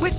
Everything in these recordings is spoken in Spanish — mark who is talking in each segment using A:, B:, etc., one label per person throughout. A: With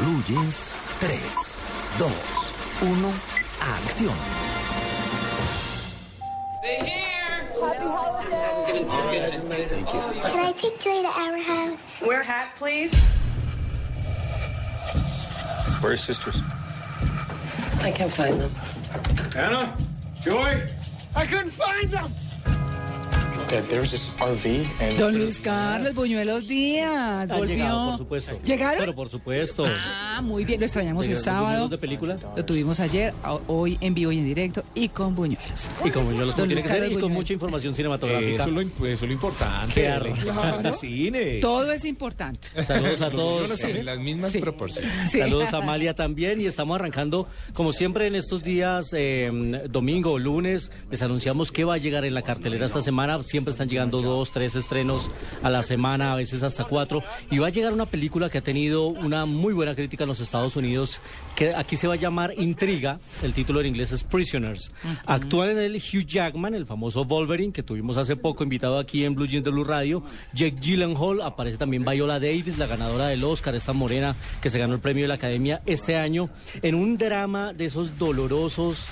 B: Incluyes 3, 2, 1, acción.
C: Can I take Joy to our house?
D: Wear hat, please.
E: Where are your sisters?
F: I can't find them.
E: Anna? Joy?
D: I couldn't find them.
E: There's this RV and...
G: Don Luis Carlos Buñuelos Díaz
H: Han
G: volvió.
H: llegado, por supuesto.
G: ¿Llegaron?
H: Pero por supuesto.
G: Ah, muy bien, lo extrañamos el
H: Llegaron con
G: sábado.
H: Buñuelos de película.
G: Lo tuvimos ayer, a- hoy en vivo y en directo y con Buñuelos.
H: Y como yo los
G: Don
H: tiene
G: Luis
H: que ser, y
G: Carlos
H: con
G: Buñuel.
H: mucha información cinematográfica.
I: Eso es lo, imp- eso es lo importante.
H: Claro.
I: el reclamo del cine.
G: Todo es importante.
H: Saludos a
I: Yo lo
H: todos.
I: sé, en las mismas
G: Sí.
I: proporciones.
G: Sí.
H: Saludos a Amalia también y estamos arrancando como siempre en estos días, eh, domingo o lunes, les anunciamos qué va a llegar en la cartelera esta semana, siempre están llegando dos, tres estrenos a la semana, a veces hasta cuatro, y va a llegar una película que ha tenido una muy buena crítica en los Estados Unidos, que aquí se va a llamar Intriga, el título en inglés es Prisoners. Actúan en él Hugh Jackman, el famoso Wolverine, que tuvimos hace poco invitado aquí en Blue Jeans de Blue Radio, Jake Gyllenhaal, aparece también Viola Davis, la ganadora del Oscar, esta morena que se ganó el premio de la Academia este año, en un drama de esos dolorosos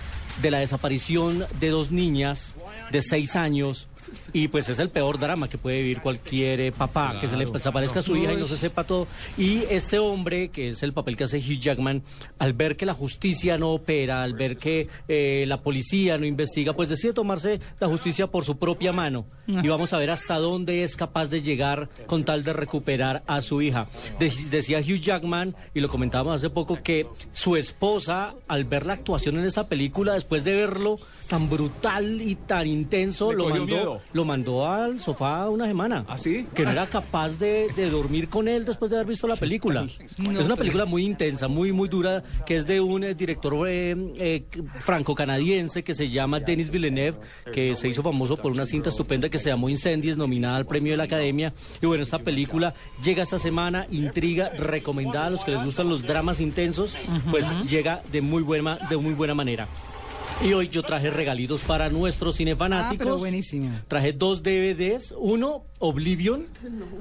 H: de la desaparición de dos niñas de seis años. Y pues es el peor drama que puede vivir cualquier eh, papá, que se le desaparezca a su hija y no se sepa todo. Y este hombre, que es el papel que hace Hugh Jackman, al ver que la justicia no opera, al ver que eh, la policía no investiga, pues decide tomarse la justicia por su propia mano. Y vamos a ver hasta dónde es capaz de llegar con tal de recuperar a su hija. De- decía Hugh Jackman, y lo comentábamos hace poco, que su esposa, al ver la actuación en esta película, después de verlo tan brutal y tan intenso,
I: Le
H: lo
I: cogió
H: mandó,
I: miedo.
H: lo mandó al sofá una semana.
I: ¿Ah, sí?
H: Que no era capaz de, de dormir con él después de haber visto la película. es una película muy intensa, muy, muy dura, que es de un eh, director eh, eh, franco-canadiense que se llama Denis Villeneuve, que se hizo famoso por una cinta estupenda que se llamó Incendies, nominada al premio de la Academia. Y bueno, esta película llega esta semana, intriga, recomendada a los que les gustan los dramas intensos, pues llega de muy buena, de muy buena manera. Y hoy yo traje regalitos para nuestros
G: Ah,
H: cinefanáticos.
G: pero buenísimo.
H: Traje dos DVDs, uno Oblivion,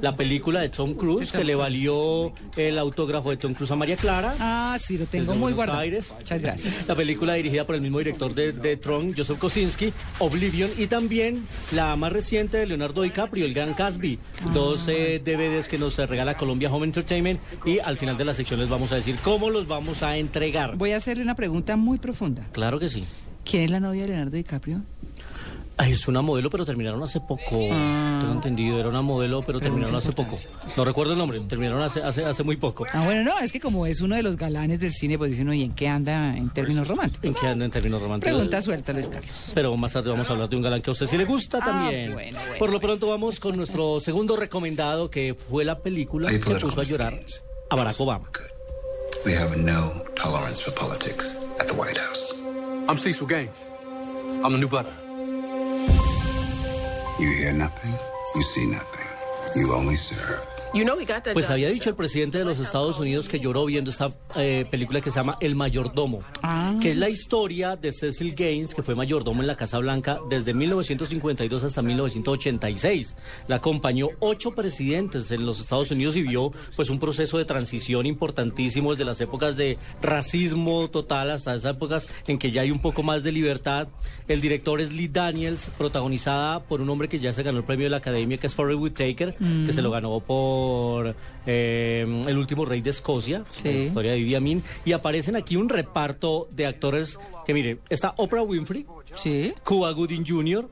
H: la película de Tom Cruise, que le valió el autógrafo de Tom Cruise a María Clara.
G: Ah, sí, lo tengo
H: desde
G: muy
H: Buenos
G: guardado.
H: Aires.
G: Muchas gracias.
H: La película dirigida por el mismo director de, de Tron, Joseph Kosinski, Oblivion, y también la más reciente de Leonardo DiCaprio, El Gran Casby. Dos
G: Ah.
H: eh, DVDs que nos regala Colombia Home Entertainment. Y al final de la sección les vamos a decir cómo los vamos a entregar.
G: Voy a hacerle una pregunta muy profunda.
H: Claro que sí.
G: ¿Quién es la novia de Leonardo DiCaprio?
H: Ay, es una modelo, pero terminaron hace poco. Tengo entendido, era una modelo, pero terminaron hace poco. No recuerdo el nombre, terminaron hace, hace, hace muy poco.
G: Ah, bueno, no, es que como es uno de los galanes del cine, pues dicen, ¿y en qué anda en términos románticos?
H: ¿En qué andan en términos románticos?
G: Pregunta suelta, Luis Carlos.
H: Pero más tarde vamos a hablar de un galán que a usted sí le gusta
G: Ah,
H: también.
G: bueno, bueno,
H: Por lo pronto vamos con nuestro segundo recomendado, que fue la película que puso a llorar a Barack Obama.
B: We have no tolerance for politics at the White House.
J: I'm Cecil Gaines. I'm the new butler.
B: You hear nothing, you see nothing. You only serve.
D: You know we got that.
H: Pues
D: done.
H: había dicho el presidente de los Estados Unidos que lloró viendo esta eh, película que se llama El Mayordomo,
G: Ah.
H: que es la historia de Cecil Gaines, que fue mayordomo en la Casa Blanca desde 1952 hasta 1986. La acompañó ocho presidentes en los Estados Unidos y vio pues un proceso de transición importantísimo desde las épocas de racismo total hasta esas épocas en que ya hay un poco más de libertad. El director es Lee Daniels, protagonizada por un hombre que ya se ganó el premio de la Academia, que es Forrest Whitaker, que
G: Mm.
H: se lo ganó por eh, El último rey de Escocia,
G: Sí.
H: la historia de Idi Amin. Y aparecen aquí un reparto de actores que, mire, está Oprah Winfrey,
G: Sí.
H: Cuba Gooding Jr.,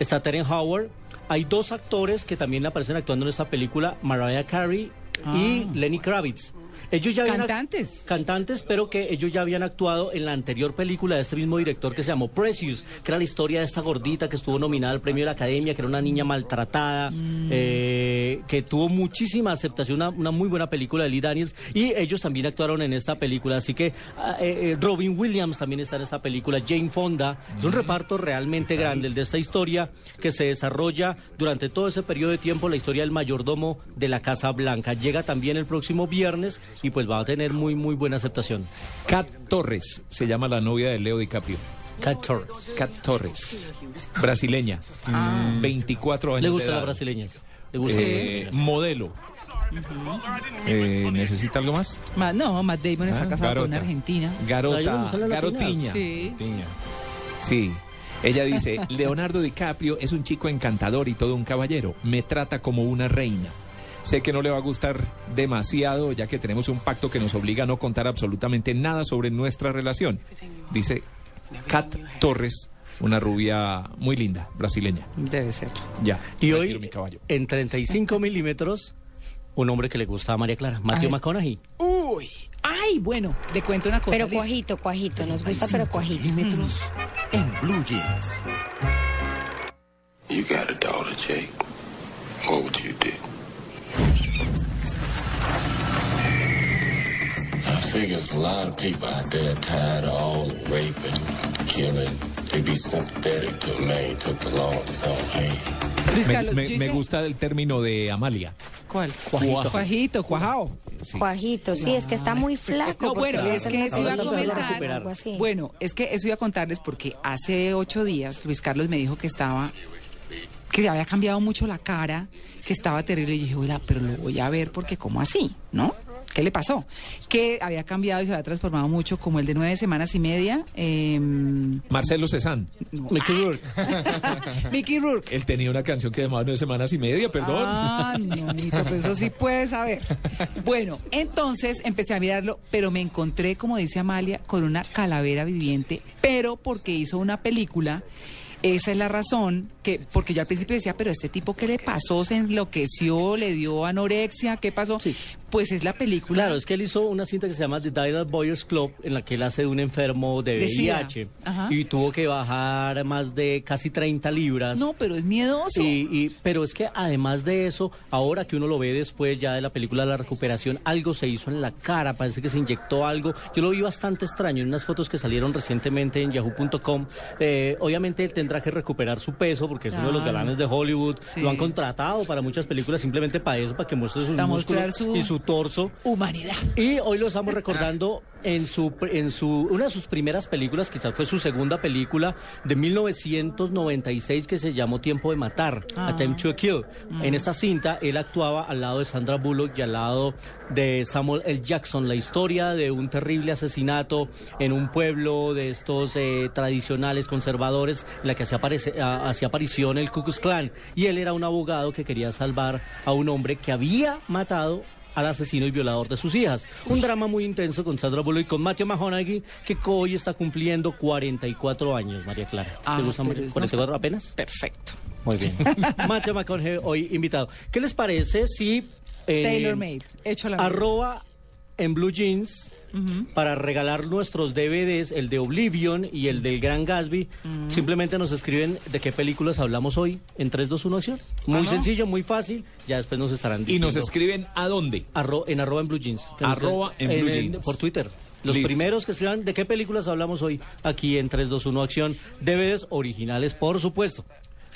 H: está Terence Howard. Hay dos actores que también aparecen actuando en esta película, Mariah Carey y Lenny Kravitz. Ellos ya habían ac-
G: Ah. Cantantes.
H: Cantantes, pero que ellos ya habían actuado en la anterior película de este mismo director que se llamó Precious, que era la historia de esta gordita que estuvo nominada al premio de la academia, que era una niña maltratada,
G: Mm.
H: eh, que tuvo muchísima aceptación, una, una muy buena película de Lee Daniels, y ellos también actuaron en esta película. Así que ah, eh, eh, Robin Williams también está en esta película, Jane Fonda. Es un reparto realmente grande el de esta historia que se desarrolla durante todo ese periodo de tiempo, la historia del mayordomo de la Casa Blanca. Llega también el próximo viernes y pues va a tener muy, muy buena aceptación.
K: Kat Torres se llama la novia de Leo DiCaprio.
H: Cat Torres.
K: Cat Torres. Brasileña. 24 años.
H: Ah. Le
K: de
H: gustan
K: edad.
H: las brasileñas. Le gustan
K: Eh,
H: las brasileñas.
K: modelo. Eh, ¿Necesita algo más?
G: Ma- no, Matt Damon está
K: Ah,
G: casado con una
K: Garota.
G: argentina.
K: Garota, garotiña.
G: Sí.
K: Sí. Ella dice, Leonardo DiCaprio es un chico encantador y todo un caballero. Me trata como una reina. Sé que no le va a gustar demasiado, ya que tenemos un pacto que nos obliga a no contar absolutamente nada sobre nuestra relación. Dice Kat Torres, una rubia muy linda, brasileña.
G: Debe ser.
K: Ya.
H: Y hoy, en 35 milímetros, un hombre que le gusta a María Clara, Matthew McConaughey.
G: Uy. Ay, bueno, le cuento una cosa.
L: Pero
G: Liz.
L: cuajito, cuajito, nos gusta, pero cuajito.
M: en Blue Jeans.
B: You got a daughter, Jake. What would you do? I figure it's a lot of people out there tired of all the raping, killing. They'd be sympathetic to a man who took the law in his own hand.
G: Luis
K: Me-
G: Carlos,
K: me-
G: yo
K: me
G: hice-
K: gusta el término de Amalia.
G: ¿Cuál?
K: Cuajito.
G: Cuajito, cuajao.
L: Cuajito, sí, es que está muy flaco.
G: No, bueno,
L: porque
G: es
L: le
G: que eso
L: hacen
G: iba a
L: las cirugías,
G: comentar.
L: algo así.
G: Bueno, es que eso iba a contarles porque hace ocho días Luis Carlos me dijo que estaba, que se había cambiado mucho la cara, que estaba terrible. Y yo dije, hola, pero lo voy a ver porque ¿cómo así? ¿No? ¿Qué le pasó? Que había cambiado y se había transformado mucho, como el de nueve semanas y media. em,
K: Marcelo Cezanne.
H: Mickey Rourke.
G: Ah. Mickey Rourke.
K: Él tenía una canción que llamaba Nueve Semanas y Media, perdón.
G: Ah, no, Nito, pues eso sí puedes saber. Bueno, entonces empecé a mirarlo, pero me encontré, como dice Amalia, con una calavera viviente, pero porque hizo una película. Esa es la razón, que porque yo al principio decía, pero este tipo, ¿qué le pasó? ¿Se enloqueció? ¿Le dio anorexia? ¿Qué pasó? Pues es la película.
H: Claro, es que él hizo una cinta que se llama The Dallas Boyers Club, en la que él hace de un enfermo de
G: De SIDA.
H: VIH.
G: Ajá.
H: Y tuvo que bajar más de casi 30 libras.
G: No, pero es miedoso.
H: Y, y- pero es que además de eso, ahora que uno lo ve después ya de la película La Recuperación, algo se hizo en la cara, parece que se inyectó algo. Yo lo vi bastante extraño en unas fotos que salieron recientemente en yahoo.com. Eh, obviamente él tendrá que recuperar su peso porque es uno de los
G: Claro.
H: galanes de Hollywood.
G: Sí.
H: Lo han contratado para muchas películas simplemente para eso, para que muestre sus
G: Para
H: músculos
G: mostrar su-
H: y su torso.
G: Humanidad.
H: Y hoy lo estamos recordando en su en su una de sus primeras películas, quizás fue su segunda película de 1996 que se llamó Tiempo de matar,
G: Ah.
H: A Time to Kill. En esta cinta él actuaba al lado de Sandra Bullock y al lado de Samuel L. Jackson, la historia de un terrible asesinato en un pueblo de estos eh, tradicionales conservadores en la que hacía aparece- a- hacía aparición el Ku Klux Klan y él era un abogado que quería salvar a un hombre que había matado al asesino y violador de sus hijas. Un drama muy intenso con Sandra Bullock y con Matthew McConaughey, que hoy está cumpliendo 44 años, María Clara.
G: Ah,
H: ¿Te gusta
G: pero
H: María-
G: no
H: 44
G: está-
H: apenas?
G: Perfecto.
H: Muy bien. Matthew McConaughey hoy invitado. ¿Qué les parece si... eh,
G: Taylor Made. Hecho la
H: Arroba en Blue Jeans para regalar nuestros DVDs, el de Oblivion y el del Gran Gatsby.
G: Mm.
H: Simplemente nos escriben de qué películas hablamos hoy en 321 Acción. Muy
K: Ah, ¿no?
H: sencillo, muy fácil. Ya después nos estarán
K: Y
H: diciendo.
K: nos escriben a dónde.
H: Arro- en arroba en Blue Jeans.
K: Arroba en Blue Jeans.
H: por Twitter. Los
K: Listo.
H: primeros que escriban de qué películas hablamos hoy aquí en 321 Acción. DVDs originales, por supuesto.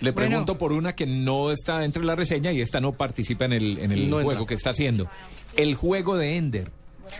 K: Le
H: Bueno.
K: pregunto por una que no está dentro de la reseña y esta no participa en el, en el
H: No entra.
K: juego que está haciendo. El juego de Ender.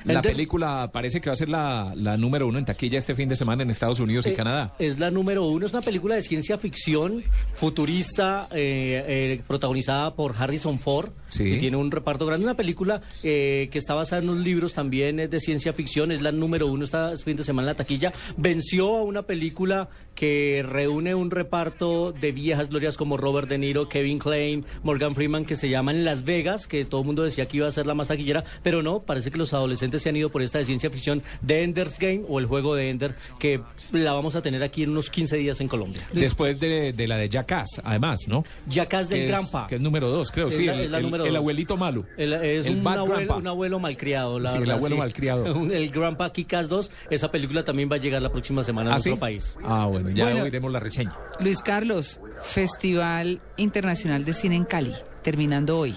K: La
H: Ender-
K: película parece que va a ser la, la número uno en taquilla este fin de semana en Estados Unidos y
H: Eh,
K: Canadá.
H: Es la número uno, es una película de ciencia ficción futurista eh, eh, protagonizada por Harrison Ford,
K: Sí.
H: que tiene un reparto grande. Una película eh, que está basada en unos libros también es de ciencia ficción, es la número uno esta fin de semana en la taquilla. Venció a una película que reúne un reparto de viejas glorias como Robert De Niro, Kevin Klein, Morgan Freeman, que se llaman Las Vegas, que todo el mundo decía que iba a ser la más taquillera, pero no, parece que los adolescentes se han ido por esta de ciencia ficción de Ender's Game o el juego de Ender, que la vamos a tener aquí en unos 15 días en Colombia.
K: Después de, de la de Jackass, además, ¿no?
H: Jackass del
K: Que es-
H: Grampa.
K: Que es número dos, creo,
H: Es
K: sí.
H: la-
K: el,
H: es la
K: el-
H: número
K: el
H: dos.
K: abuelito malo.
H: El- es
K: El
H: un
K: bad
H: abuelo,
K: grandpa.
H: un abuelo malcriado. La
K: Sí, el
H: verdad,
K: abuelo malcriado.
H: Un- El Grandpa Kikas 2. Esa película también va a llegar la próxima semana a
K: ¿Ah,
H: nuestro
K: sí?
H: país.
K: Ah, bueno, ya
G: Bueno.
K: oiremos la reseña.
G: Luis Carlos, Festival Internacional de Cine en Cali, terminando hoy.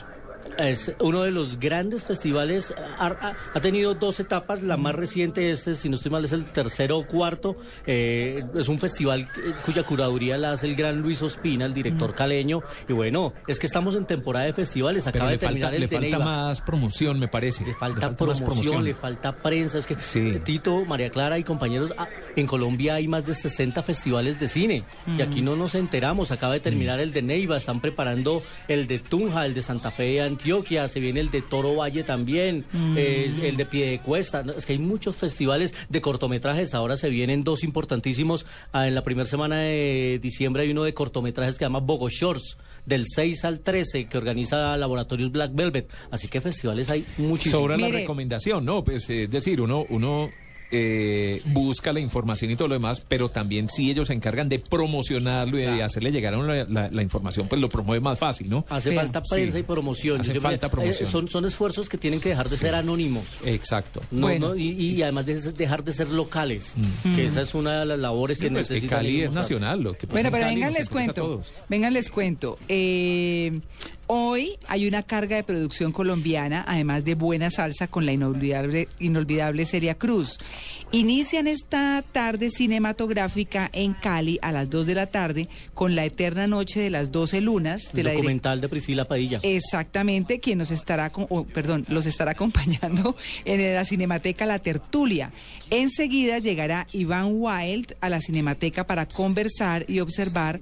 H: Es uno de los grandes festivales. Ha, ha- ha tenido dos etapas. La más reciente, este, si no estoy mal, es el tercero o cuarto. Eh, es un festival que- cuya curaduría la hace el gran Luis Ospina, el
K: Mm.
H: director caleño. Y bueno, es que estamos en temporada de festivales.
K: Pero
H: Acaba
K: le
H: de terminar
K: falta,
H: el
K: le
H: de
K: falta
H: Neiva.
K: más promoción, me parece. Le falta, más
H: promoción, le falta prensa. Es que Tito, María Clara y compañeros, ah, en Colombia hay más de 60 festivales de cine
K: Mm.
H: y aquí no nos enteramos. Acaba de terminar el de Neiva, están preparando el de Tunja, el de Santa Fe de Antioquia, se viene el de Toro Valle también,
N: Mm.
H: eh, el de Piedecuesta. No, Es que hay muchos festivales de cortometrajes. Ahora se vienen dos importantísimos. Ah, en la primera semana de diciembre hay uno de cortometrajes que se llama Bogo Shorts. Del 6 al 13 que organiza Laboratorios Black Velvet. Así que festivales hay muchísimos.
K: Sobra la recomendación, ¿no? Pues, eh, es decir, uno, uno eh, busca la información y todo lo demás, pero también si ellos se encargan de promocionarlo y de hacerle llegar a uno la, la- la información, pues lo promueve más fácil, ¿no?
H: Hace falta prensa y promoción.
K: Hace
H: Yo creo que,
K: falta
H: eh,
K: promoción.
H: son, son esfuerzos que tienen que dejar de
K: Sí.
H: ser anónimos.
K: Exacto.
H: No, no, y, y además de ser- dejar de ser locales,
G: Mm.
H: que esa es una de las labores que
K: Sí, pero es pues, que
H: necesitan
K: Cali
H: ellos
K: es
H: mostrar.
K: nacional, lo que pasa
G: Bueno, pero
K: Cali
G: vengan
K: nos
G: les
K: interesa a
G: cuento.
K: todos.
G: Vengan les cuento. Eh, hoy hay una carga de producción colombiana, además de buena salsa con la inolvidable, inolvidable Seria Cruz. Inician esta tarde cinematográfica en Cali a las 2 de la tarde con La Eterna Noche de las 12 Lunas de
H: El
G: la directora
H: documental de Priscila Padilla.
G: Exactamente, quien nos estará, con- o, perdón, los estará acompañando en la Cinemateca La Tertulia. Enseguida llegará Iván Wild a la Cinemateca para conversar y observar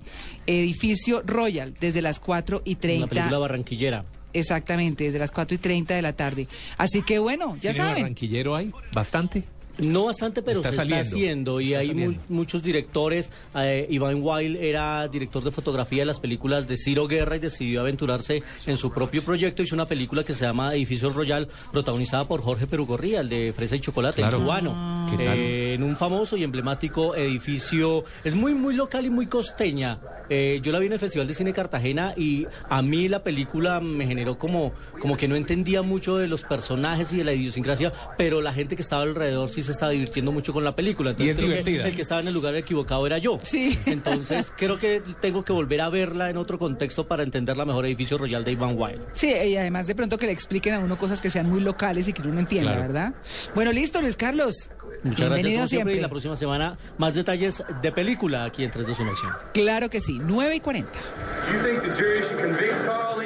G: Edificio Royal desde las 4 y
H: una
G: 30.
H: película barranquillera.
G: Exactamente, desde las 4 y 30 de la tarde. Así que bueno, ya
K: ¿Cine
G: saben.
K: barranquillero hay? ¿Bastante?
H: No bastante, pero
K: Está
H: se
K: saliendo,
H: está haciendo y
K: está
H: hay mu-
K: saliendo.
H: muchos directores. Eh, Iván Wild era director de fotografía de las películas de Ciro Guerra y decidió aventurarse en su propio proyecto. Hizo una película que se llama Edificio Royal, protagonizada por Jorge Perugorría, el de Fresa y Chocolate, el
K: Claro.
H: cubano.
K: ¿Qué tal?
H: Eh, en un famoso y emblemático edificio. Es muy, muy local y muy costeña. Eh, yo la vi en el Festival de Cine Cartagena y a mí la película me generó como, como que no entendía mucho de los personajes y de la idiosincrasia, pero la gente que estaba alrededor sí se estaba divirtiendo mucho con la película. Entonces
K: Y es
H: creo que
K: divertida.
H: el que estaba en el lugar equivocado era yo.
G: Sí.
H: Entonces creo que tengo que volver a verla en otro contexto para entender la mejor edificio royal de Iván Wild.
G: Sí, y además de pronto que le expliquen a uno cosas que sean muy locales y que uno no entienda,
H: Claro.
G: ¿verdad? Bueno, listo, Luis Carlos.
H: Muchas gracias
G: Bienvenido
H: como siempre y
G: siempre.
H: la próxima semana más detalles de película aquí en 321 Acción.
G: Claro que sí, 9 y 40.
O: Do you think the jury should convict Carl